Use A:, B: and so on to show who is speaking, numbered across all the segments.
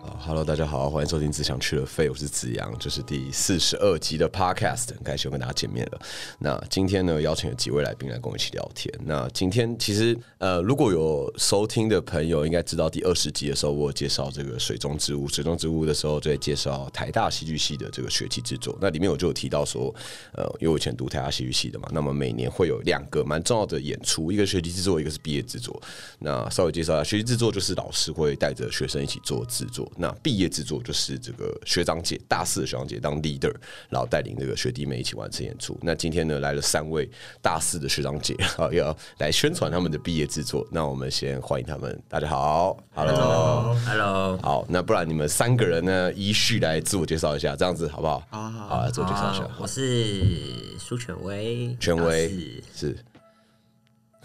A: 好，Hello，大家哦好，欢迎收听《只想去了肺》，我是子阳，这是第四十二集的 Podcast，很开心又跟大家见面了。那今天呢，邀请了几位来宾来跟我一起聊天。那今天其实呃，如果有收听的朋友应该知道，第二十集的时候我有介绍这个水中之物，水中之物的时候就在介绍台大戏剧系的这个学期制作。那里面我就有提到说，呃，因为我以前读台大戏剧系的嘛，那么每年会有两个蛮重要的演出，一个学期制作，一个是毕业制作。那稍微介绍一下，学习制作就是老师会带着学生一起做制作，那毕业制作就是这个学长姐大四的学长姐当 leader，然后带领这个学弟妹一起完成演出。那今天呢来了三位大四的学长姐，啊，要来宣传他们的毕业制作。那我们先欢迎他们，大家好，Hello。
B: Hello，
A: 好，那不然你们三个人呢依序来自我介绍一下，这样子好不好？好，好，来自我介绍一下
B: 啊。我是苏权威，
A: 权威
B: 大四
A: 是
C: 啊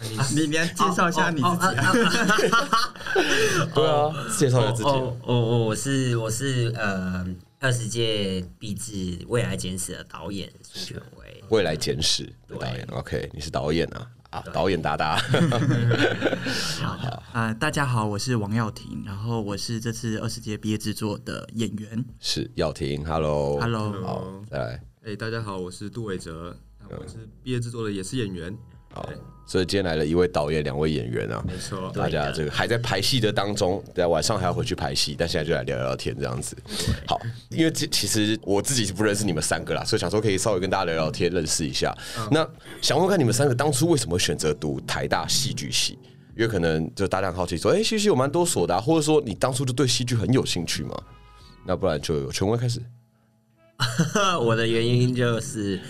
C: 你你来介绍一下你自己啊？
A: 对啊，介绍一下自己。
B: 哦哦哦，我是我是呃二十届毕制未来简史的导演苏权威，
A: 未来简史的导演，OK，你是导演啊啊，导演达达。
C: 啊，大家好，我是王耀廷，然后我是这次二十届毕业制作的演员。
A: 是耀廷，Hello。
C: Hello，
A: 好，再来，
D: 哎、大家好，我是杜伟哲，那我是毕业制作的，也是演员。
A: 好。所以今天来了一位导演，两位演员啊，
D: 没错，
A: 大家这个还在排戏的当中，在晚上还要回去排戏，但现在就来聊聊天这样子。
B: 嗯
A: 好，因为其其实我自己是不认识你们三个啦，所以想说可以稍微跟大家聊聊天，认识一下。
B: 嗯
A: 那想问看你们三个当初为什么选择读台大戏剧系？因为可能就大家很好奇说，哎、戏剧系有蛮多所的、啊，或者说你当初就对戏剧很有兴趣嘛？那不然就由权威开 始。
B: 我的原因就是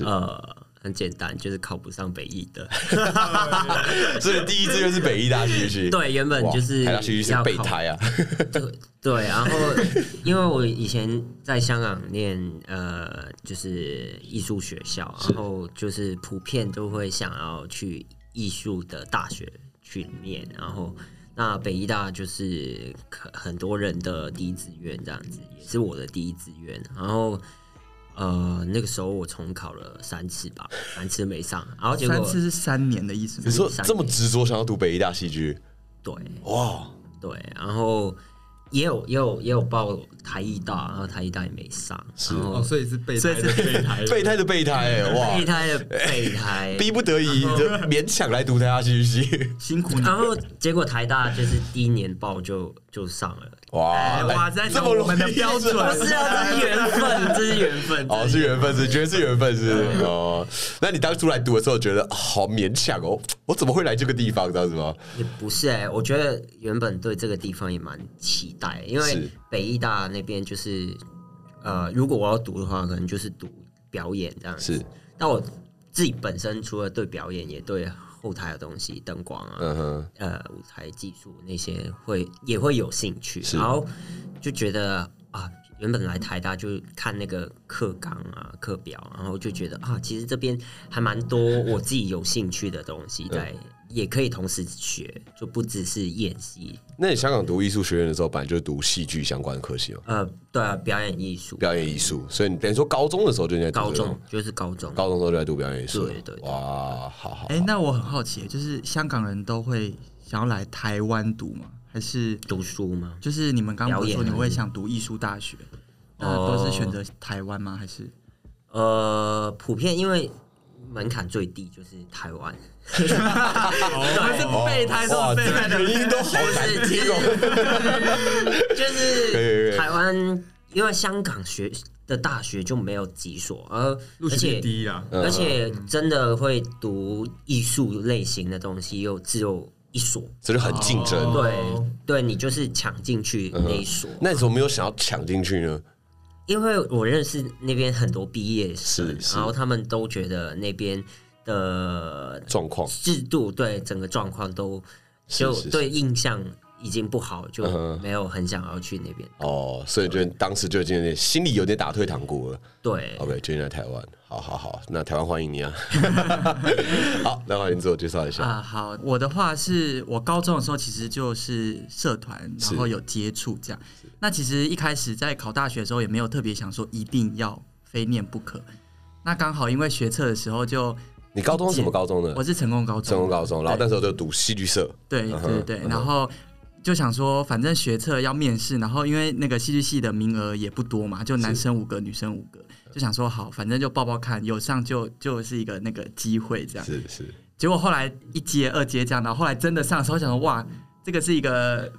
B: 呃很简单，就是考不上北艺的，
A: 所以第一志愿是北医大戏剧系，
B: 对，原本就是
A: 哇台大戏剧系
B: 要
A: 备
B: 考
A: 胎啊。
B: 对对，然后 因为我以前在香港念呃，就是艺术学校，然后就是普遍都会想要去艺术的大学去念，然后那北医大就是可很多人的第一志愿这样子，也是我的第一志愿，然后。呃，那个时候我重考了三次吧，三次没上，然后结果
C: 三次是三年的意思吗
A: 你？说这么执着想要读北医大戏剧，
B: 对，
A: 哇，
B: 对，然后也有也有也有报台艺大，然后台艺大也没上，然后
D: 哦，所以是备
C: 所以
D: 胎的
C: 是
D: 备 胎，
A: 备胎的备胎、欸，
B: 备
A: 哇，
B: 胎的备 胎，
A: 逼不得已 就勉强来读台大戏剧 系，
C: 辛苦你
B: 然。后结果台大就是第一年报就就上了，
A: 哇，
C: 哎哇，
A: 哎
C: 在
A: 这么容易
C: 我们的 标准，
A: 不
B: 不是啊，这是缘分，这是缘分，
A: 哦，是缘分是，觉得是缘分是哦。那你当初来读的时候，觉得好勉强哦，我怎么会来这个地方，这样子吗？
B: 也不是哎、我觉得原本对这个地方也蛮期待，因
A: 是
B: 为北艺大那边就是呃，如果我要读的话，可能就是读表演这样子。
A: 是，
B: 但我自己本身除了对表演，也对后台的东西、灯光啊，
A: 嗯哼，
B: 呃舞台技术那些会也会有兴趣，
A: 是
B: 然后就觉得啊，原本来台大就看那个课纲啊课表，然后就觉得啊，其实这边还蛮多我自己有兴趣的东
A: 嗯
B: 西在，也可以同时学，就不只是演戏，
A: 那你香港读艺术学院的时候，本来就是读戏剧相关的科系吗？哦
B: 呃，对啊，表演艺术，
A: 表演艺术，所以你等于说高中的时候就应该读这个
B: 高中就是高中，
A: 高中都在读表演艺术，
B: 对对对
A: 哇，好好，
C: 哎、那我很好奇，就是香港人都会想要来台湾读吗？还是
B: 读书吗？
C: 就是你们刚刚不是
B: 表
C: 说
B: 演
C: 你会想读艺术大学，那
B: 哦
C: 都是选择台湾吗？还是
B: 呃，普遍因为门槛最低就是 台湾。
C: 我们是备胎，是
A: 哇，
C: 备
A: 哦这
C: 胎的
A: 个原因都好难听哦。
B: 就是
A: 对
B: 台湾，因为香港学的大学就没有几所，而
D: 录
B: 而
D: 取率
B: 且
D: 低
C: 啊
D: 啦。
B: 而且真的会读艺术类型的东西又只有一所，
A: 所以就很竞
D: 哦
A: 争。
B: 对对，你就是抢进去那一所。
A: 那你怎么没有想要抢进去呢？
B: 因为我认识那边很多毕业生
A: 是，是
B: 然后他们都觉得那边的
A: 状况
B: 制度对整个状况都
A: 是
B: 就是
A: 是
B: 对印象已经不好，就
A: 嗯哼
B: 没有很想要去那边。
A: 哦，所以就当时就已经有点心里有点打退堂鼓了。
B: 对，
A: OK，决定来台湾，好好好，那台湾欢迎你啊！好，那欢迎自我介绍一下。
C: 啊，好，我的话是我高中的时候其实就是社团，然后有接触这样。那其实一开始在考大学的时候也没有特别想说一定要非念不可。那刚好因为学测的时候就
A: 你高中嗯是什么高中呢
C: 我？是成功高中，
A: 成功高中，然后
C: 对
A: 那时候就读戏剧社，
C: 对
A: 嗯哼
C: 对对，然后就想说，反正学测要面试，然后因为那个戏剧系的名额也不多嘛，就男生五个，女生五个，就想说好，反正就报报看，有上就就是一个那个机会这样。
A: 是是，
C: 结果后来一阶、二阶这样，然后后来真的上的时候，想说哇，这个是一个，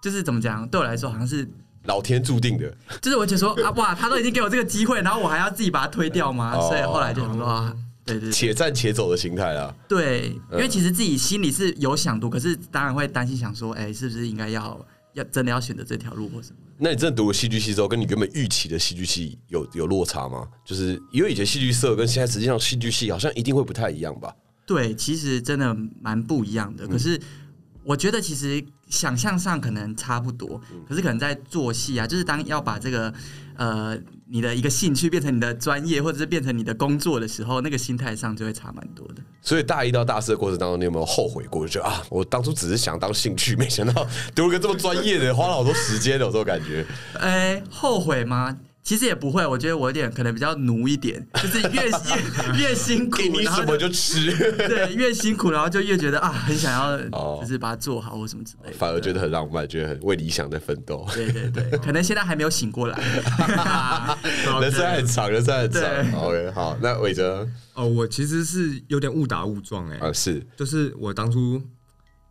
C: 就是怎么讲，对我来说好像是，
A: 老天注定的，
C: 就是我觉得说啊哇，他都已经给我这个机会，然后我还要自己把它推掉吗？
A: 哦
C: 所以后来就想说啊，对对对
A: 且战且走的心态啦。
C: 对，因
A: 嗯
C: 为其实自己心里是有想读，可是当然会担心，想说，哎、是不是应该要要真的要选择这条路或什么？
A: 那你真的读了戏剧系之后，跟你原本预期的戏剧系有有落差吗？就是因为以前戏剧社跟现在实际上戏剧系好像一定会不太一样吧？
C: 对，其实真的蛮不一样的。
A: 嗯
C: 可是我觉得其实想象上可能差不多，
A: 嗯
C: 可是可能在做戏啊，就是当要把这个呃你的一个兴趣变成你的专业，或者是变成你的工作的时候，那个心态上就会差蛮多的。
A: 所以大一到大四的过程当中，你有没有后悔过？就觉得啊，我当初只是想当兴趣，没想到读了个这么专业的，花了好多时间的，有这种感 觉。
C: 哎、后悔吗？其实也不会，我觉得我有点可能比较奴一点，就是 越越越辛苦，
A: 给哎你
C: 然后
A: 什么就吃，
C: 对，越辛苦，然后就越觉得啊，很想
A: 哦
C: 要，就是把它做好或什么之类的。
A: 反而觉得很浪漫，觉得很为理想在奋 斗。
C: 对对 对，可能现在还没有醒过来。
A: 人生很长，人生很长。
C: 对
A: OK，好，那伟哲
D: 哦，我其实是有点误打误撞哎、
A: 啊，是
D: 就是我当初，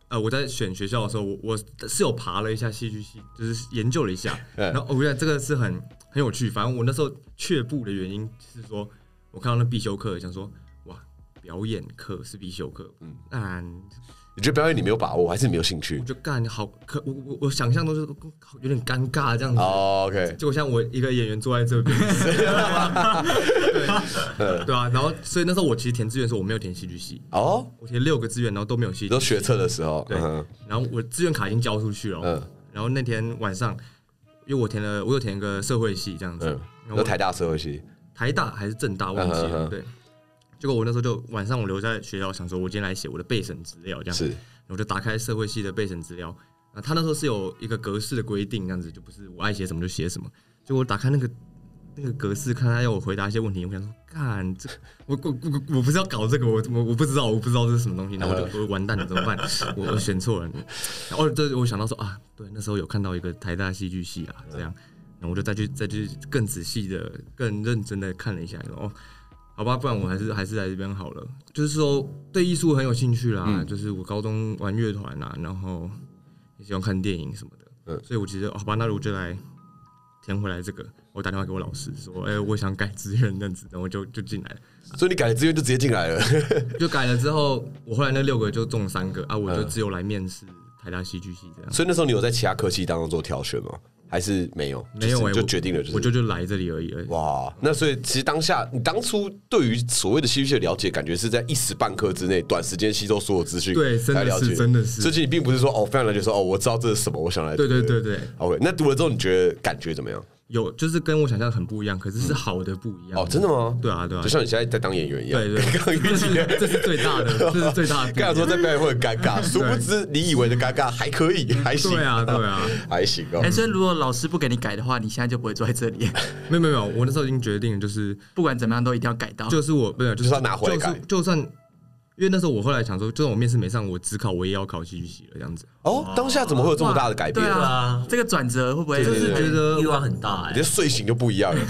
D: 呃，我在选学校的时候，我我是有爬了一下戏剧系，就是研究了一下，
A: 嗯
D: 然后我觉得这个是很很有趣。反正我那时候却步的原因是说，我看到那必修课，想说哇，表演课是必修课，
A: 嗯
D: 嗯，但
A: 你觉得表演你没有把握，还是你没有兴趣
D: 我？就干好，可我我我想象都是有点尴尬这样子。
A: 哦，OK，
D: 结果像我一个演员坐在这边， 对对啊，然后所以那时候我其实填志愿的时候我没有填戏剧系，
A: 哦，
D: 我填六个志愿，然后都没有戏
A: 你
D: 剧
A: 说。学测的时候，
D: 对
A: 嗯哼
D: 然后我志愿卡已经交出去了，
A: 嗯
D: 然后那天晚上，因为我填了，我有填一个社会系这样
A: 嗯，
D: 子，然后
A: 那
D: 我
A: 台大社会系，
D: 台大还是政大忘记
A: 嗯嗯
D: 了，
A: 嗯
D: 对。结果我那时候就晚上我留在学校，想说我今天来写我的备审资料这样，
A: 是
D: 然后我就打开社会系的备审资料，啊，他那时候是有一个格式的规定，这样子就不是我爱写什么就写什么。结果我打开那个那个格式，看他要我回答一些问题，我想说，干这我我我我不是要搞这个，我我我不知道，我不知道这是什么东西，那我就我完蛋了，怎么办？我我选错了。然后这我想到说啊，对，那时候有看到一个台大戏剧系啊，这样，然后我就再去再去更仔细的、更认真的看了一下，然后哦。好吧，不然我还是还是来这边好了。就是说，对艺术很有兴趣啦，
A: 嗯
D: 就是我高中玩乐团啦，然后也喜欢看电影什么的，
A: 嗯
D: 所以我觉得好吧，那我就来填回来这个。我打电话给我老师说，哎、我想改志愿这样子，然后就就进来了，
A: 所以你改了志愿就直接进来了，
D: 就改了之后，我后来那六个就中了三个啊，我就
A: 嗯
D: 只有来面试台大戏剧系这样。
A: 所以那时候你有在其他科系当中做挑选吗？还是没有？
D: 没
A: 就
D: 有
A: 是
D: 哎、
A: 就
D: 我
A: 决定了，就是
D: 我就就来这里而已而已。
A: 哇，那所以其实当下你当初对于所谓的戏剧系的了解，感觉是在一时半刻之内短时间吸收所有资讯，
D: 对真
A: 来
D: 的
A: 了解
D: 是真的是
A: 所以你并不是说哦非常了解说哦我知道这是什么，我想来
D: 对对对对，
A: OK，那读了之后你觉得感觉怎么样？
D: 有就是跟我想象很不一样，可是是好的不一样。
A: 哦，真的吗？
D: 对啊对啊
A: 就，像你现在在当演员一样，
D: 对对
A: 刚预期的。
D: 这是最大的，这是最大的不一
A: 刚才
D: 样。
A: 说在表演会很尴 尬，殊不知你以为的尴尬还可以，还行，
D: 对啊对啊，
A: 还行哦
C: 哎、。所以如果老师不给你改的话，你现在就不会坐在这里。
D: 没有没有没有，我那时候已经决定了，就是
C: 不管怎么样，都一定要改到。
D: 就是我没有，就
A: 就是
D: 是
A: 要拿回来
D: 就
A: 改
D: 是就算，因为那时候我后来想说，就算我面试没上，我只考我也要考戏剧系了，这样子。
A: 哦，当下怎么会有这么大的改变
C: 对？啊
B: 啊，
C: 这个转折会不会
A: 对
C: 就
A: 对
C: 是
A: 对
D: 觉得
B: 欲望很大
A: 你
B: 哎、
A: 的睡醒就不一样了。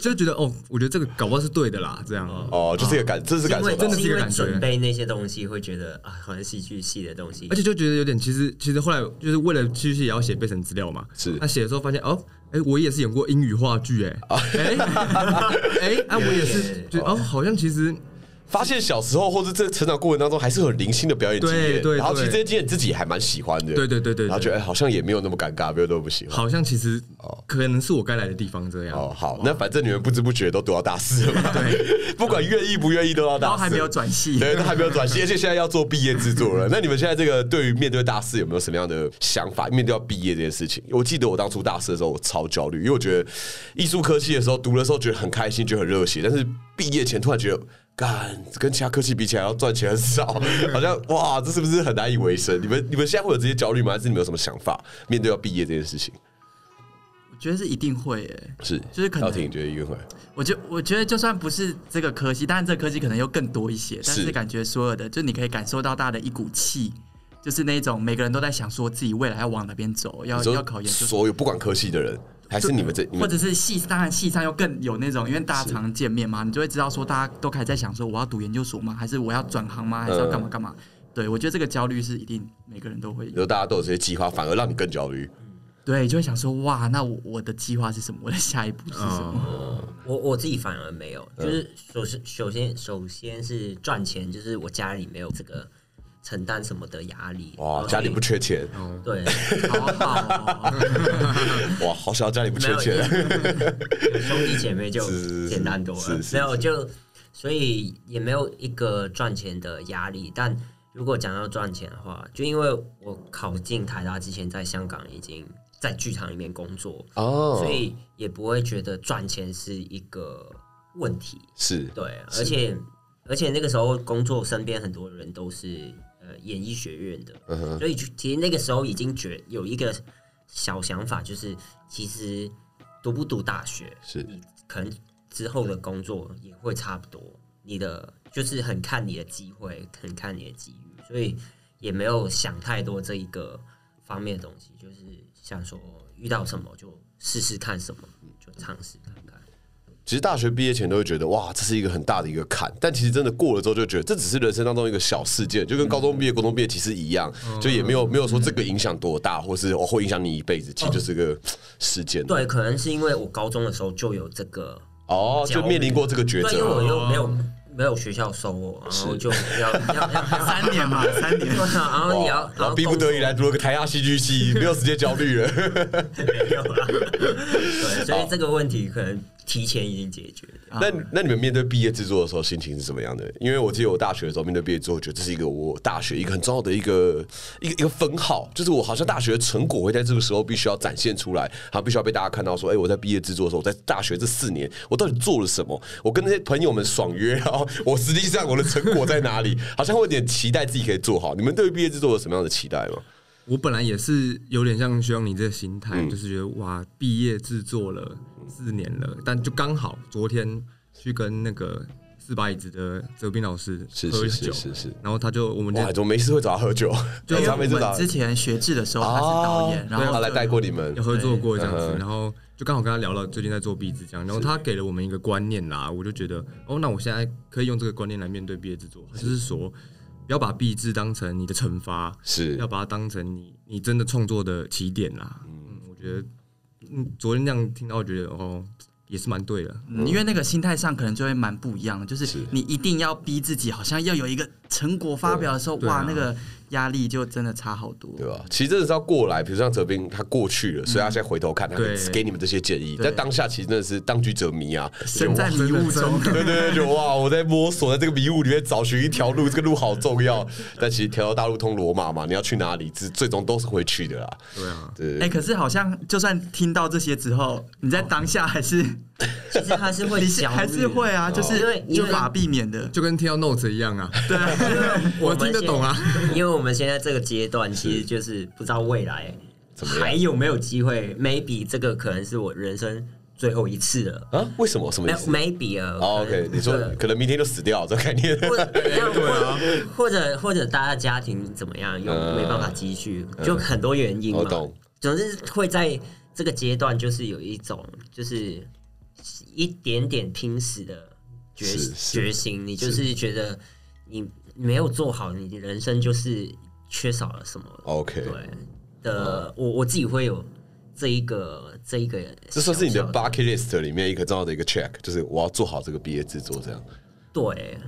D: 就觉得哦，我觉得这个搞不好是对的啦，这样。
A: 哦，就这个感，这是感
B: 因
A: 受
B: 为
A: 到
D: 真的。是一
B: 因
D: 个
B: 为
D: 感觉
B: 准备那些东西，会觉得啊，好像戏剧系的东西
D: 而，且就觉得有点，其实其实后来就是为了戏剧系也要写备审资料嘛。
A: 是哦
D: 那写的时候发现哦，哎、我也是演过英语话剧、哎、 哎哎，啊，我也是，就哦，好像其实
A: 发现小时候或者这成长过程当中还是很零星的表演经
D: 对
A: 验，
D: 对
A: 然后其实
D: 对
A: 这些经验自己还蛮喜欢的，
D: 对对对对对
A: 然后觉得哎好像也没有那么尴尬，没有那么不喜欢。
D: 好像其实可能是我该来的地方这样。
A: 哦，好，那反正你们不知不觉都读到大四了嘛，对， 不管愿意不愿意都到
C: 然
A: 大
C: 后
A: 四，
C: 还没有转 系？
A: 对，都还没有转系，而且现在要做毕业制作了。那你们现在这个对于面对大四有没有什么样的想法？面对要毕业这件事情，我记得我当初大四的时候，我超焦虑，因为我觉得艺术科系的时候读的时候觉得很开心，觉得很热血，但是毕业前突然觉得。干，跟其他科系比起来，要赚钱很少，好像哇，这是不是很难以为生？你们你们现在会有这些焦虑吗？还是你们有什么想法面对要毕业这件事情？
C: 我觉得是一定会诶、
A: 是，
C: 就是可能
A: 要听你觉得约会，
C: 我觉我觉得就算不是这个科系，但是这个科系可能又更多一些，但
A: 是
C: 是感觉所有的，就你可以感受到大家的一股气，就是那种每个人都在想说自己未来要往哪边走，要
A: 你说
C: 啊要考研究所，
A: 所有不管科系的人，还是你们这你
C: 或
A: 们
C: 者是系当然系上又更有那种，因为大家常见面嘛，你就会知道说大家都开始在想说我要读研究所吗？还是我要转行吗？还是要干嘛干嘛？对我觉得这个焦虑是一定每个人都会有。
A: 就大家都有这些计划，反而让你更焦虑。
C: 对，就会想说哇，那我我的计划是什么？我的下一步是什么？
B: 我我自己反而没有，
A: 嗯
B: 就是首先首先首先是赚钱，就是我家里没有这个承担什么的压力。
A: 哇，
B: 然后
A: 家里不缺钱，
B: 对，
C: 好好、哦，
A: 哇，好想要家里不
B: 没
A: 缺
B: 有
A: 钱。
B: 有兄弟姐妹就是
A: 是是
B: 简单多了
A: 是是，是
B: 没有就所以也没有一个赚钱的压力。但如果讲到赚钱的话，就因为我考进台大之前，在香港已经在剧场里面工作，
A: 哦
B: 所以也不会觉得赚钱是一个问题。
A: 是
B: 对，
A: 是
B: 而且而且那个时候工作，身边很多人都是呃演艺学院的，
A: 嗯
B: 所以就其实那个时候已经觉有一个小想法，就是其实读不读大学，
A: 是
B: 你可能之后的工作也会差不多，你的就是很看你的机会，很看你的机遇，所以也没有想太多这一个方面的东西，就是想说遇到什么就试试看什么，就尝试看看。
A: 其实大学毕业前都会觉得哇，这是一个很大的一个坎，但其实真的过了之后就觉得这只是人生当中一个小事件，就跟高中毕
B: 嗯
A: 业、高中毕业其实一样，就也没有没有说这个影响多大，或是哦会影响你一辈子，其实就是个事件。
B: 嗯对，可能是因为我高中的时候就有这个，
A: 哦，就面临过这个抉
B: 对，因为我
A: 择，
B: 又没有没有学校收我，然后就 要要要
C: 三 年嘛，三年
B: 对。啊，然后你要
A: 然
B: 然
A: 后
B: 后
A: 哦逼不得已来读了个台大戏剧系，没有时间焦虑了。
B: 没有啦，对，所以这个问题可能提前已经解决
C: 啊
B: 了。
A: 那那你们面对毕业制作的时候心情是什么样的？因为我记得我大学的时候面对毕业制作，我觉得这是一个我大学一个很重要的一个一个一个分号，就是我好像大学的成果会在这个时候必须要展现出来，还必须要被大家看到说，哎、我在毕业制作的时候，我在大学这四年我到底做了什么？我跟那些朋友们爽约，然后我实际上我的成果在哪里？ 好像会有点期待自己可以做好。你们对毕业制作有什么样的期待吗？
D: 我本来也是有点像徐阳你这个心态，
A: 嗯
D: 就是觉得哇，毕业制作了四年了，但就刚好昨天去跟那个四把椅子的泽斌老师
A: 是
D: 喝
A: 是
D: 酒，
A: 是是是。
D: 然后他就我们就
A: 哇，怎么没事会找他喝酒？
C: 对，因为
A: 他
C: 我
A: 没事找
C: 们
A: 他
C: 之前学制的时候他是导演，然
A: 他
C: 后
A: 哦来带过你们
D: 有。合作过这样
A: 对嗯
D: 子
A: 哼，
D: 然后就刚好跟他聊到最近在做壁纸这样，然后他给了我们一个观念啦，我就觉得哦，那我现在可以用这个观念来面对毕业制作，就是说不要把壁纸当成你的惩罚，
A: 是
D: 要把它当成你你真的创作的起点啦。嗯，我觉得嗯，昨天这样听到，我觉得哦，也是蛮对的。
C: 嗯因为那个心态上可能就会蛮不一样的，就是你一定要逼自己，好像要有一个成果发表的时候，
D: 对啊
C: 哇，那个压力就真的差好多。
A: 对吧？其实真的是要过来，比如像泽斌，他过去了，所以他现在回头看，他
D: 对
A: 给你们这些建议。
D: 对
A: 但当下其实真的是当局者迷啊，
C: 身在迷雾中，
A: 对对对，就哇，我在摸索，在这个迷雾里面找寻一条路，这个路好重要。 但其实条条大路通罗马嘛，你要去哪里，最最终都是会去的啦。
D: 对啊，
A: 对，
C: 哎、可是好像就算听到这些之后，你在当下还是
B: 其实还是会
C: 你是
B: 焦虑，
C: 还是会啊，就是
B: 因为因
C: 无
B: 为
C: 法避免的。
D: 就跟听到 notes 一样啊，
C: 对 啊，
D: 我
B: 们
D: 听得懂啊。
B: 现， 因为我们现在这个阶段其实就是不知道未来
A: 怎么样
B: 还有没有机会，maybe 这个可能是我人生最后一次了。
A: 啊，为什么？什么意
B: 没有
A: 思？
B: maybe 啊
A: 哦
B: 可能
A: OK，你说
B: 这个
A: 可能明天就死掉这个概念。
B: 或
A: 啊
B: 者或者或者大家家庭怎么样，又没办法积蓄，就很多原因嘛
A: 嗯我懂。
B: 总之会在这个阶段，就是有一种就是一点点拼死的决
A: 是是
B: 决心，你就是觉得你没有做好，你人生就是缺少了什么。
A: OK，
B: 对
A: 哦
B: 的，我我自己会有这一个这一个小小，
A: 这算是你的 bucket list 里面一个重要的一个 check，就是我要做好这个毕业制作这样。
B: 对，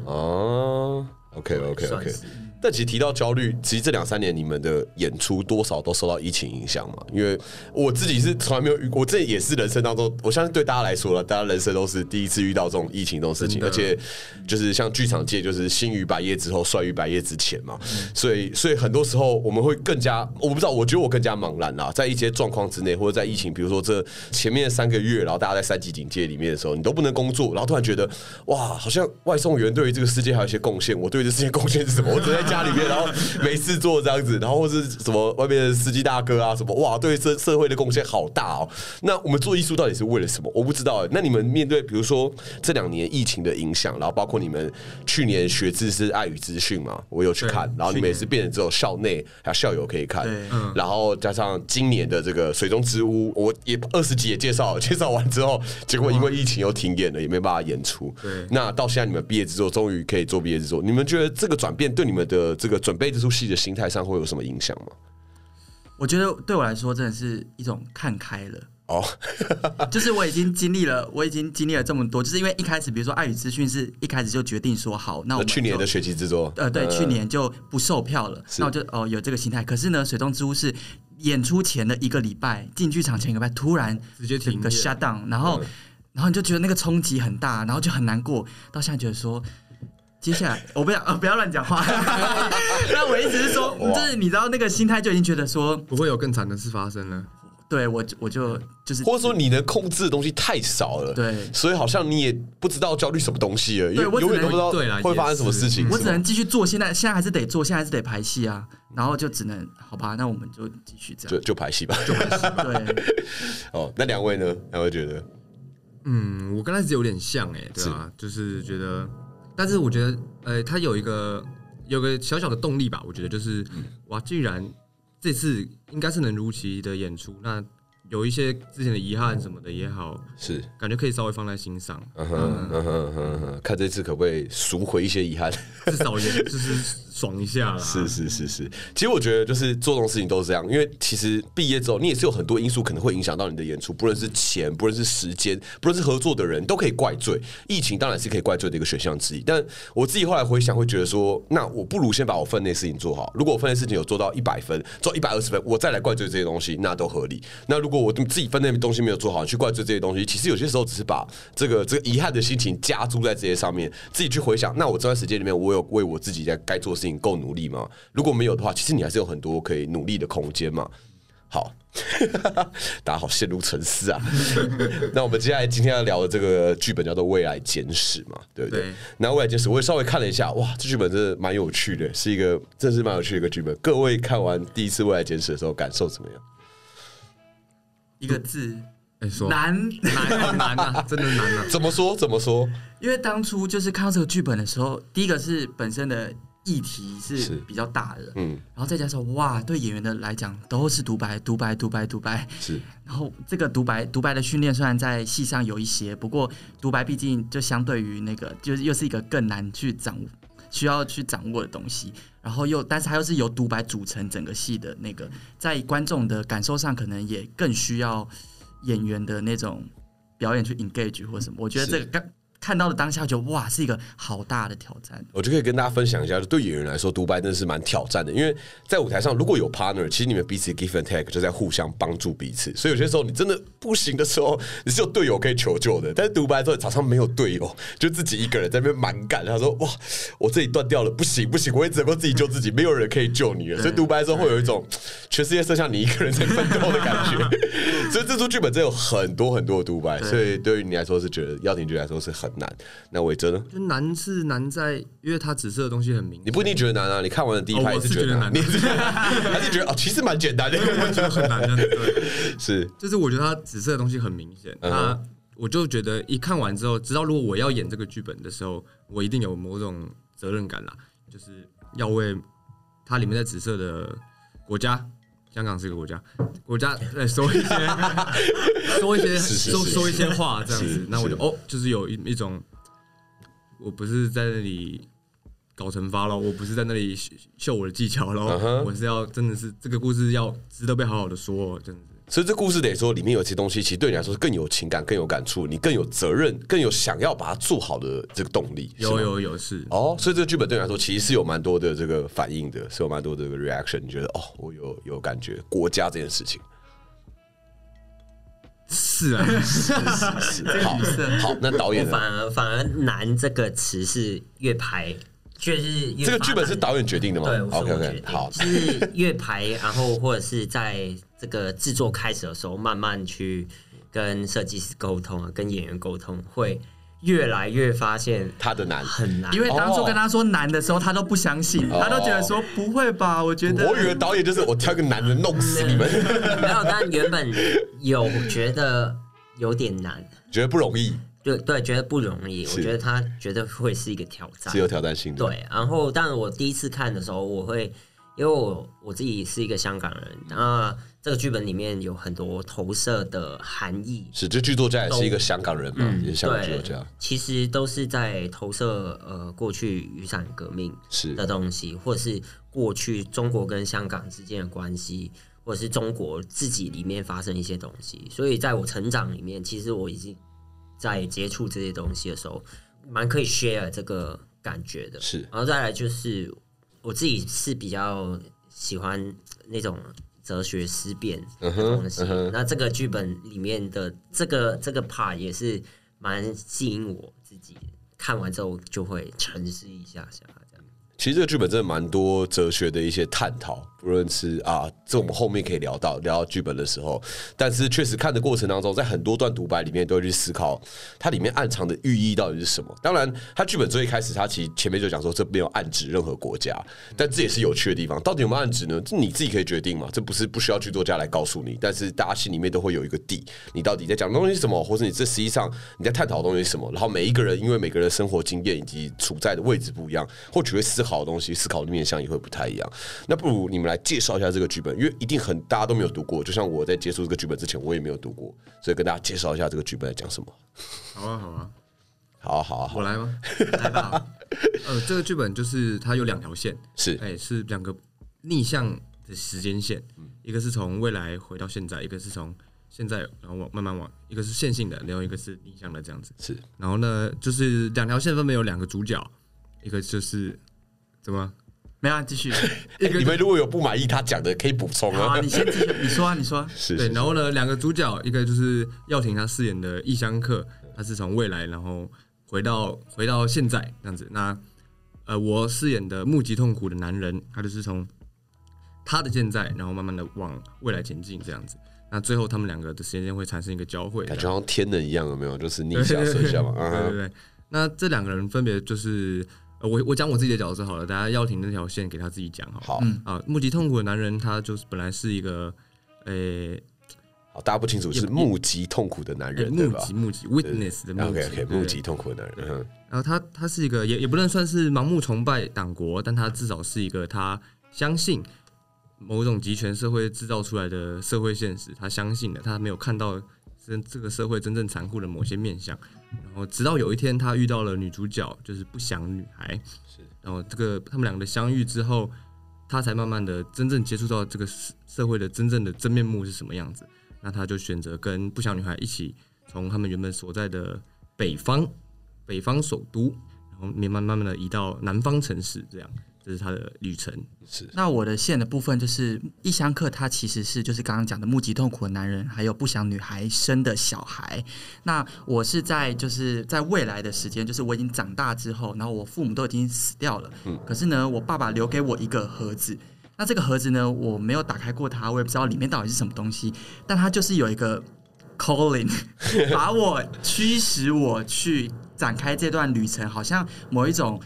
A: 哦，OK OK
B: 算
A: OK
B: 是。
A: 但其实提到焦虑，其实这两三年你们的演出多少都受到疫情影响嘛？因为我自己是从来没有遇过，这也是人生当中，我相信对大家来说了，大家人生都是第一次遇到这种疫情这种事情，
D: 真的
A: 而且就是像剧场界就是兴于百业之后，衰于百业之前嘛，所以所以很多时候我们会更加，我不知道，我觉得我更加茫然啦，在一些状况之内，或者在疫情，比如说这前面三个月，然后大家在三级警戒里面的时候，你都不能工作，然后突然觉得哇，好像外送员对于这个世界还有一些贡献，我对对这世界贡献是什么？我只在家里面，然后没事做这样子，然后或是什么外面的司机大哥啊什么，哇，对社社会的贡献好大哦。那我们做艺术到底是为了什么？我不知道欸。那你们面对比如说这两年疫情的影响，然后包括你们去年学制是爱与资讯嘛，我有去看
D: 对，
A: 然后你们也是变成只有校内还有校友可以看
C: 对，
A: 然后加上今年的这个水中之屋，我也二十集也介绍了， 介绍完之后，结果因为疫情又停演了，也没办法演出。
D: 对
A: 那到现在你们毕业制作终于可以做毕业制作，你们觉得这个转变对你们的这个准备这出戏的心态上会有什么影响吗？
C: 我觉得对我来说真的是一种看开了。
A: 哦，
C: 就是我已经经历了，我已经经历了这么多，就是因为一开始，比如说爱与资讯是一开始就决定说好，那
A: 那
C: 我们
A: 去年
C: 就
A: 的学期制作，
C: 呃，对，去年就不售票了，那我就哦有这个心态。可是呢，水中之屋是演出前的一个礼拜，进剧场前一个礼拜突然
D: 直接
C: 整
D: 停
C: 个
D: 业
C: shut down，然
A: 嗯
C: 后、然后你就觉得那个冲击很大，然后就很难过，到现在觉得说。接下来，我不要，呃，不要乱 讲话。那我意思是说，
A: 哇
C: 就是你知道那个心态就已经觉得说，
D: 不会有更惨的事发生了。
C: 对我我就就是
A: 或者说你能控制的东西太少了，
C: 对
A: 所以好像你也不知道焦虑什么东西了，因
C: 对
A: 为
C: 我只
A: 永远都
C: 能
A: 不知道
D: 对啦
A: 会发生什么事情。
C: 我
A: 是
C: 只
A: 吗
C: 能继续做，现在现在还是得做，现在还是得排戏啊，然后就只能好吧，那我们就继续这
A: 就
C: 样。
A: 就排戏吧。
C: 对，
A: 哦，那两位呢？两位觉得
D: 嗯，我跟他其实有点像哎、对啊，就是觉得，但是我觉得，呃，他有一个有个小小的动力吧，我觉得就是，哇，既然这次应该是能如期的演出，那有一些之前的遗憾什么的也好，
A: 是？
D: 感觉可以稍微放在心上，
A: 嗯哼，嗯哼，嗯哼，看这次可不可以赎回一些遗憾？
D: 至少也就是爽一下啦。
A: 是是是是，其实我觉得就是做这种事情都是这样，因为其实毕业之后，你也是有很多因素可能会影响到你的演出，不论是钱，不论是时间，不论是合作的人，都可以怪罪。疫情当然是可以怪罪的一个选项之一，但我自己后来回想，会觉得说，那我不如先把我分内事情做好。如果我分内事情有做到一百分，做到一百二十分，我再来怪罪这些东西，那都合理。那如果我自己分内的东西没有做好，去怪罪这些东西，其实有些时候只是把这个这个遗憾的心情加注在这些上面，自己去回想。那我这段时间里面，我有为我自己在该做的事情够努力吗？如果没有的话，其实你还是有很多可以努力的空间嘛。好， 大家好，陷入沉思啊。 那我们接下来今天要聊的这个剧本叫做《未来简史》嘛，对不对？
D: 对
A: 那《未来简史》我也稍微看了一下，哇，这剧本真的蛮有趣的，是一个真的是蛮有趣的一个剧本。各位看完第一次《未来简史》的时候，感受怎么样？
C: 一个字
D: 哎、说
C: 难。
D: 难好难啊，真的难啊。
A: 怎么说？怎么说？
C: 因为当初就是看到这个剧本的时候，第一个是本身的议题是比较大的，
A: 嗯，
C: 然后再加上哇，对演员的来讲都是独白，独白，独白，独白。
A: 是
C: 然后这个独白，独白的训练虽然在戏上有一些，不过独白毕竟就相对于那个，就是又是一个更难去掌握、需要去掌握的东西。然后又，但是它又是由独白组成整个戏的那个，在观众的感受上，可能也更需要演员的那种表演去 engage 或什么。我觉得
A: 是
C: 这个刚看到的当下，觉得哇，是一个好大的挑战。
A: 我就可以跟大家分享一下，就对演员来说，独白真的是蛮挑战的，因为在舞台上如果有 partner，其实你们彼此 give and take 就在互相帮助彼此，所以有些时候你真的不行的时候，你是有队友可以求救的。但是独白之后，场上没有队友，就自己一个人在那边蛮干。他说：“哇，我这里断掉了，不行不行，我也只能够自己救自己，没有人可以救你了。”所以独白之后会有一种全世界剩下你一个人在奋斗的感觉。 所以这出剧本真的有很多很多的独白，所以对于你来说是觉得要廷觉得来说是很难。那伟哲呢？
D: 就难是难在，因为他指涉的东西很明
A: 你不一定觉得难啊，你看完的第一
D: 哦
A: 排也
D: 我
A: 是
D: 是
A: 觉
D: 觉
A: 得
D: 得
A: 难，你
D: 难
A: 也是还是觉得哦，其实蛮简单的，
D: 显，很难这样子对。
A: 是
D: 就是我觉得他紫色的东西很明显，
A: 嗯哼
D: 那我就觉得一看完之后，知道如果我要演这个剧本的时候，我一定有某种责任感啦，就是要为它里面在紫色的国家，香港是一个国家，国家呃 说一些说一些
A: 是是
D: 说
A: 是
D: 说一些话这样
A: 是
D: 子，那我就是哦，就是有一一种，我不是在那里。搞惩罚了，我不是在那里秀秀我的技巧喽
A: 嗯哼
D: 我是要真的是这个故事要值得被好好的说哦，这样子。
A: 所以这故事得说，里面有些东西其实对你来说是更有情感、更有感触，你更有责任、更有想要把它做好的这个动力。是
D: 有
A: 吗
D: 有有是，
A: 哦，所以这个剧本对你来说其实是有蛮多的这个反应的，是有蛮多的这个 reaction。你觉得哦，我有有感觉国家这件事情。
D: 是啊，
A: 是好好，那导演
B: 我
A: 呢？
B: 反而反而难这个词是越排，就是越
A: 这个剧本是
B: 发难
A: 导演决定的吗
B: 对，我是我
A: ？OK
B: 决
A: OK，
B: 定，
A: 好，
B: 就是越排，然后或者是在这个制作开始的时候，慢慢去跟设计师沟通啊，跟演员沟通，会越来越发现
A: 他的难。
B: 很难，
C: 因 为当初跟他说难的时候，他都不相信，
A: 哦
C: 他都觉得说不会吧？我觉得
A: 我以为导演就是我挑一个男的弄死 你们，
B: 没有，但原本有觉得有点难，
A: 觉得不容易，
B: 对对，觉得不容易。我
A: 是
B: 觉得他绝对会是一个挑战
A: 是，有挑战性的。，
B: 对。然后，但我第一次看的时候，我会因为我我自己是一个香港人，那这个剧本里面有很多投射的含义，
A: 是这剧作家也是一个香港人嘛，嗯也是香港剧作
B: 嗯对
A: 家，，
B: 其实都是在投射呃过去雨伞革命
A: 是
B: 的东西，或者是过去中国跟香港之间的关系，或者是中国自己里面发生一些东西。所以在我成长里面，其实我已经在接触这些东西的时候，蛮可以 share 这个感觉的。
A: 是
B: 然后再来就是我自己是比较喜欢那种哲学思辨
A: 嗯
B: 的东西。那这个剧本里面的这个这个 part 也是蛮吸引我自己，看完之后就会沉思一下下这样。
A: 其实这个剧本真的蛮多哲学的一些探讨，不论是啊，这我们后面可以聊到聊到剧本的时候，但是确实看的过程当中，在很多段独白里面都会去思考它里面暗藏的寓意到底是什么。当然，它剧本最一开始，它其实前面就讲说这没有暗指任何国家，但这也是有趣的地方。到底有没有暗指呢？这你自己可以决定嘛，这不是不需要剧作家来告诉你，但是大家心里面都会有一个底，你到底在讲的东西是什么，或者你这实际上你在探讨的东西是什么。然后每一个人因为每个人的生活经验以及处在的位置不一样，或许会思考的东西、思考的面向也会不太一样。那不如你们来介绍一下这个剧本，因为一定很大家都没有读过，就像我在接触这个剧本之前，我也没有读过，所以跟大家介绍一下这个剧本在讲什么。
D: 好啊，好啊，
A: 好啊好啊好
D: 我
A: 啊，
D: 来吗？
C: 来 吧，
D: 呃，这个剧本就是它有两条线，
A: 是
D: 哎、是两个逆向的时间线，
A: 嗯
D: 一个是从未来回到现在，一个是从现在然后往慢慢往，一个是线性的，然后一个是逆向的这样子。
A: 是，
D: 然后呢，就是两条线分别有两个主角，一个就是怎么
C: 没有啊继续，
A: 哎你们如果有不满意他讲的，可以补充
C: 好
A: 啊
C: 啊，。你先继续，你说啊，你说啊，
A: 是
D: 对，
A: 是
D: 然后呢，两个主角，一个就是耀廷他饰演的异乡客，他是从未来然后回到回到现在这样子。那呃，我饰演的目击痛苦的男人，他就是从他的现在，然后慢慢的往未来前进这样子。那最后他们两个的时间线会产生一个交汇，
A: 感觉好像天人一样，有没有？就是逆向摄像嘛。嗯
D: 对对
A: 哼，
D: 对。那这两个人分别就是，呃、我我讲我自己的角色好了，大家要停那条线给他自己讲好了。
A: 好
D: 啊，目击痛苦的男人，他就是本来是一个，诶、
A: 好，大家不清楚是目击痛苦的男
D: 诶
A: 人，对
D: 呃目
A: 吧嗯
D: 击目击 witness 的目击
A: ？OK OK，
D: 对
A: 目击痛苦的男人。嗯
D: 然后他他是一个也也不能算是盲目崇拜党国，但他至少是一个他相信某种集权社会制造出来的社会现实，他相信的，他没有看到这这个社会真正残酷的某些面相。然后直到有一天，他遇到了女主角，就是不祥女孩。是，然后这个他们两个的相遇之后，他才慢慢的真正接触到这个社社会的真正的真面目是什么样子。那他就选择跟不祥女孩一起从他们原本所在的北方北方首都，然后慢慢慢慢的移到南方城市，这样这是他的旅程。
C: 那我的线的部分就是异乡客，他其实是就是刚刚讲的目击痛苦的男人，还有不祥女孩生的小孩。那我是在就是在未来的时间，就是我已经长大之后，然后我父母都已经死掉了，可是呢，我爸爸留给我一个盒子。那这个盒子呢，我没有打开过它，我也不知道里面到底是什么东西，但它就是有一个 calling，把我驱使我去展开这段旅程，好像某一种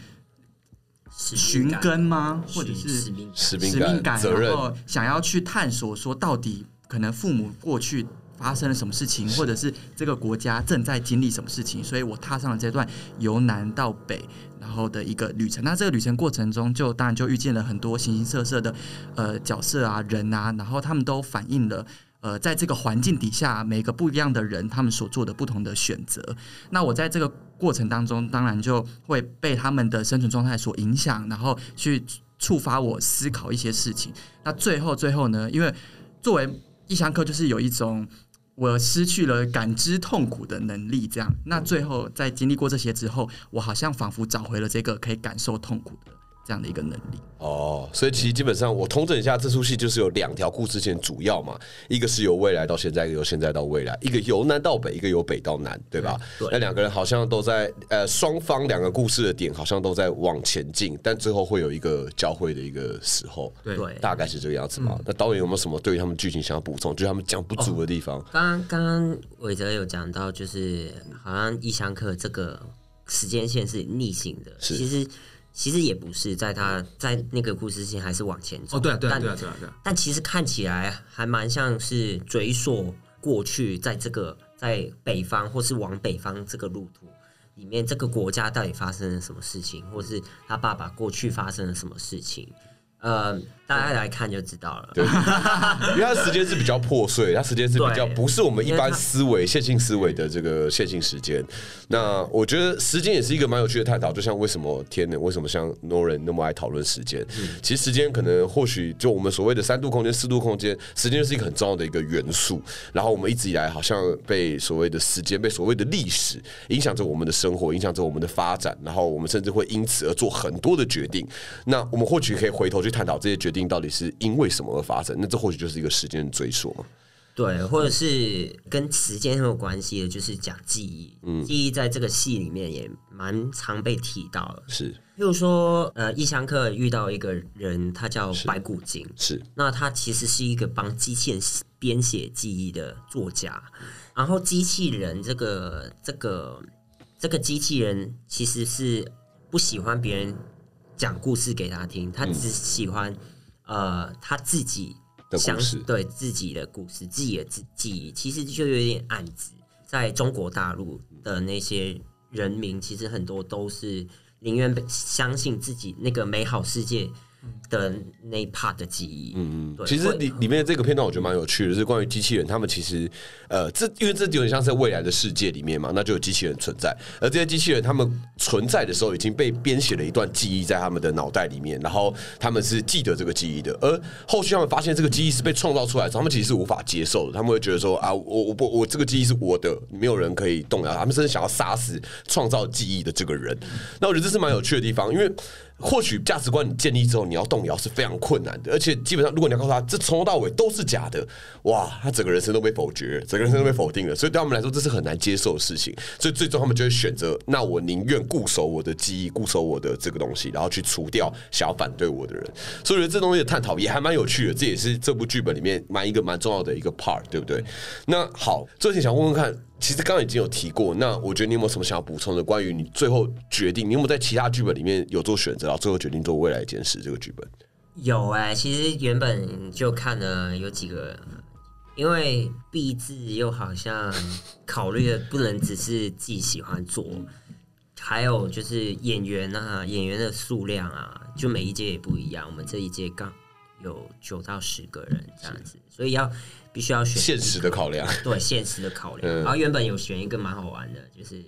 B: 使
C: 寻
B: 命感
C: 根吗？或者
B: 使
C: 是
B: 使命感
A: 使
C: 使
A: 命
C: 命
A: 感、
C: 感，
A: 责任
C: 然，后想要去探索说到底可能父母过去发生了什么事情，或者是这个国家正在经历什么事情，所以我踏上了这段由南到北。然后的一个旅程，那这个旅程过程中就，当然就遇见了很多形形色色的呃角色啊、人啊，然后他们都反映了呃在这个环境底下每个不一样的人他们所做的不同的选择。那我在这个过程当中，当然就会被他们的生存状态所影响，然后去触发我思考一些事情。那最后最后呢，因为作为异乡客，就是有一种我失去了感知痛苦的能力，这样。那最后在经历过这些之后，我好像仿佛找回了这个可以感受痛苦的。这样的一个能力。
A: 哦，所以其实基本上我统整一下，这出戏就是有两条故事线主要嘛，一个是由未来到现在，一个由现在到未来，一个由南到北，一个由北到南，对吧？
B: 对
A: 那两个人好像都在呃，双方两个故事的点好像都在往前进，但最后会有一个交汇的一个时候，
D: 对
B: 对，嗯
A: 大概是这个样子嘛。那导演有没有什么对于他们剧情想要补充，就是他们讲不足的地方？
B: 刚刚刚刚伟哲有讲到，就是好像《异乡客》这个时间线是逆行的，
A: 是
B: 其实其实也不是，在他在那个故事线还是往前走。
D: 哦，对啊，对啊，
B: 但
D: 对啊，对啊，对啊，
B: 但其实看起来还蛮像是追溯过去，在这个在北方或是往北方这个路途里面，这个国家到底发生了什么事情，或是他爸爸过去发生了什么事情，呃，大家来看就知道了。
A: 对，因为它时间是比较破碎，它时间是比较
B: 对
A: 不是我们一
B: 因为
A: 般
B: 它
A: 思维线性思维的这个线性时间。那我觉得时间也是一个蛮有趣的探讨，就像为什么天能，为什么像 Nolan 那么爱讨论时间？其实时间可能或许就我们所谓的三度空间、四度空间，时间就是一个很重要的一个元素。然后我们一直以来好像被所谓的时间、被所谓的历史影响着我们的生活，影响着我们的发展，然后我们甚至会因此而做很多的决定。那我们或许可以回头去探讨这些决定到底是因为什么而发生，那这或许就是一个时间的追溯嘛。
B: 对，或者是跟时间很有关系的，就是讲记忆。记忆在这个戏里面也蛮常被提到的。
A: 是
B: 譬如说，呃，异乡客遇到一个人，他叫白骨精，
A: 是
B: 那他其实是一个帮机器人编写记忆的作家。然后，机器人这个这个这个机器人其实是不喜欢别人讲故事给他听，他只喜欢、呃他自己
A: 的
B: 想
A: 故事，
B: 对自己的故事、自己的记记忆，其实就有点暗指在中国大陆的那些人民，其实很多都是宁愿被相信自己那个美好世界的那一 part 的记忆。嗯嗯，
A: 其实里里面这个片段我觉得蛮有趣的，是关于机器人，他们其实呃，这因为这有点像是在未来的世界里面嘛，那就有机器人存在，而这些机器人他们存在的时候已经被编写了一段记忆在他们的脑袋里面，然后他们是记得这个记忆的，而后续他们发现这个记忆是被创造出来的时候，他们其实是无法接受的，他们会觉得说啊，我我不我这个记忆是我的，没有人可以动摇它，他们甚至想要杀死创造记忆的这个人。那我觉得这是蛮有趣的地方，因为。或许价值观你建立之后，你要动摇是非常困难的，而且基本上如果你要告诉他这从头到尾都是假的，哇，他整个人生都被否决，整个人生都被否定了，所以对他们来说这是很难接受的事情，所以最终他们就会选择，那我宁愿固守我的记忆，固守我的这个东西，然后去除掉想要反对我的人，所以我觉得这东西的探讨也还蛮有趣的，这也是这部剧本里面蛮一个蛮重要的一个 part，对不对？那好，最近想问问看，其实刚刚已经有提过，那我觉得你有没有什么想要补充的？关于你最后决定，你有没有在其他剧本里面有做选择，然后最后决定做未来监视这个剧本？
B: 有哎、其实原本就看了有几个，因为毕志又好像考虑的不能只是自己喜欢做，还有就是演员啊，演员的数量啊，就每一届也不一样。我们这一届刚有九到十个人这样子，所以要必须要选
A: 现实的 考量，
B: 对现实的考量。
A: 嗯
B: 然后原本有选一个蛮好玩的，就是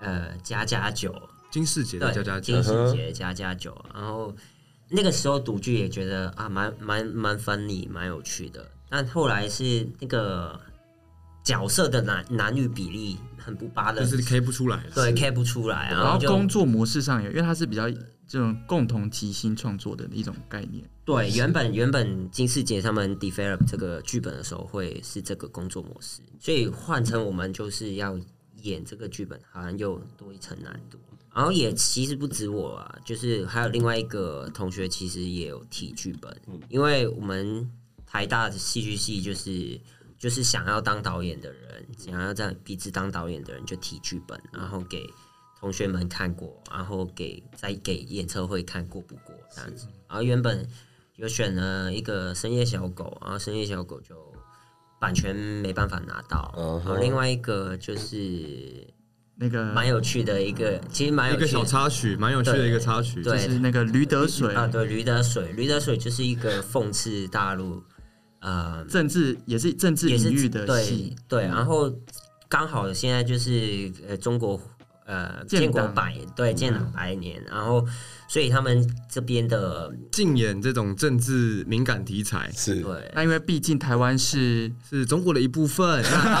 B: 呃加加酒，
D: 金世杰的
B: 对，
D: 加加加
B: 金世杰加加酒，然后那个时候读剧也觉得啊，蛮蛮蛮 funny，蛮有趣的。但后来是那个角色的男男女比例很不八的，
D: 就是 K 不出来了。
B: 对 K 不出来，啊然
C: 然后
B: 嗯就
C: 工作模式上也，因为它是比较这种共同齐心创作的一种概念。
B: 对原本原本金世杰他们 develop 这个剧本的时候会是这个工作模式，所以换成我们就是要演这个剧本，好像又多一层难度。然后也其实不止我啊，就是还有另外一个同学，其实也有提剧本，
A: 嗯
B: 因为我们台大的戏剧系就是就是想要当导演的人，想要在毕志当导演的人就提剧本，然后给同学们看过，然后给再给演唱会看过不过这样子。然后原本有选了一个深夜小狗，然后深夜小狗就版权没办法拿到，
A: 嗯哼
B: 然后另外一个就是
C: 那个
B: 蛮有趣的一个，其实蛮
D: 一
B: 有
D: 个
B: 趣
D: 小
B: 的。
D: 插曲，蛮有趣的一个插曲。
B: 对
C: 就是那个驴得水
B: 啊， 对，驴得水，驴得水就是一个讽刺大陆，呃，
C: 政治也是政治
B: 也是
C: 领域的戏
B: 对，对，然后刚好现在就是呃中国呃
C: 建
B: 建国
C: 党
B: 百对建党百年，然后所以他们这边的
D: 禁演这种政治敏感题材
A: 是
B: 对
C: 那因为毕竟台湾是
D: 是中国的一部 分， 那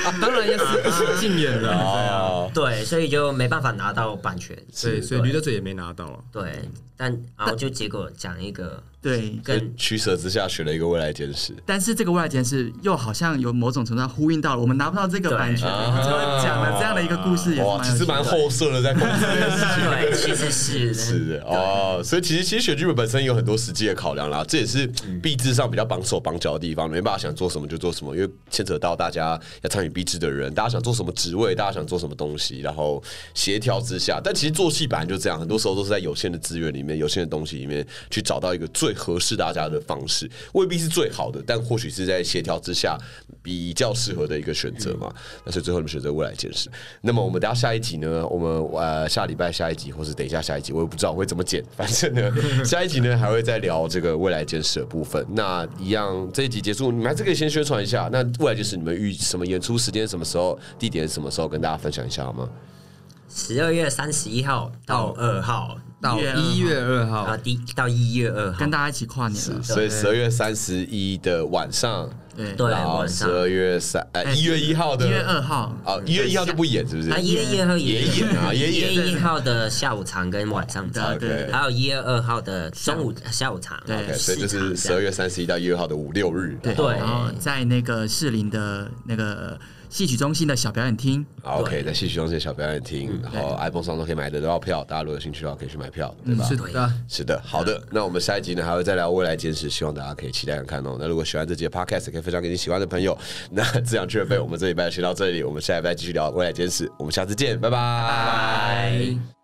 D: 当然当然也是不是禁演了，对啊
A: 哦，
B: 啊对，所以就没办法拿到版权。
D: 对，所以驴得嘴也没拿到啊。
B: 对，但然后就结果讲一个
C: 对，
B: 更
A: 取舍之下选了一个未来监视。
C: 但是这个外件事又好像有某种程度上呼应到了我们拿不到这个
B: 对
C: 版权，
A: 啊
C: 就讲了这样的一个故事，也是蛮
A: 哇，
C: 有
A: 其实
C: 趣的
A: 蛮后设的，在公司这件事情。
B: 对，其实是
A: 是的哦，所以其实其实选剧本本身有很多实际的考量啦，这也是币制上比较绑手绑脚的地方，没办法想做什么就做什么，因为牵扯到大家要参与币制的人，大家想做什么职位，大家想做什么东西，然后协调之下，但其实做戏本来就这样，很多时候都是在有限的资源里面、有限的东西里面去找到一个最合适大家的方式，未必是最好的，但或许是在协调之下比较适合的一个选择嘛。那所以最后你们选择未来见识。那么我们等一下下一集呢，我们呃下礼拜下一集，或是等一下下一集，我也不知道我会怎么剪。反正呢，下一集呢还会再聊这个未来见识的部分。那一样这一集结束，你们还是可以先宣传一下。那未来见识你们预什么演出时间、什么时候、地点、什么时候跟大家分享一下好吗？
B: 十二月三十一号到二号
D: 到一月二号
B: 啊，第到一月二号
C: 跟，大家一起跨年了。
A: 所以十二月三十一的晚上，
C: 对，
B: 对
A: 然后
B: 晚
A: 十
B: 上，
A: 二月三呃一月一号的
C: 一月二号，
A: 啊一月一号就不演是不是
B: 啊，？一月一号
A: 也演 啊也演
B: 一月一号的下午场跟晚上场，
C: 对
A: 对对
B: 还有一月二号的中午下午场，
C: 对
A: OK，所以就
B: 市
A: 是
B: 场
A: 十二月三十一到一月二号的五六日。
C: 对，
B: 对
C: 然后在那个士林的那个戏曲中心的小表演厅，
A: 好 OK，在戏曲中心的小表演厅，然后 iPhone 上都可以买得到票，大家如果有兴趣的话可以去买票，对
C: 嗯
A: 吧？
D: 是的，
A: 是的，好的。那我们下一集呢还会再聊未来监视，希望大家可以期待看看哦。那如果喜欢这集的 Podcast，也可以分享给你喜欢的朋友。那自养俱乐部，我们这礼拜就学到这里，我们下礼拜继续聊未来监视，我们下次见，拜拜。
C: 拜。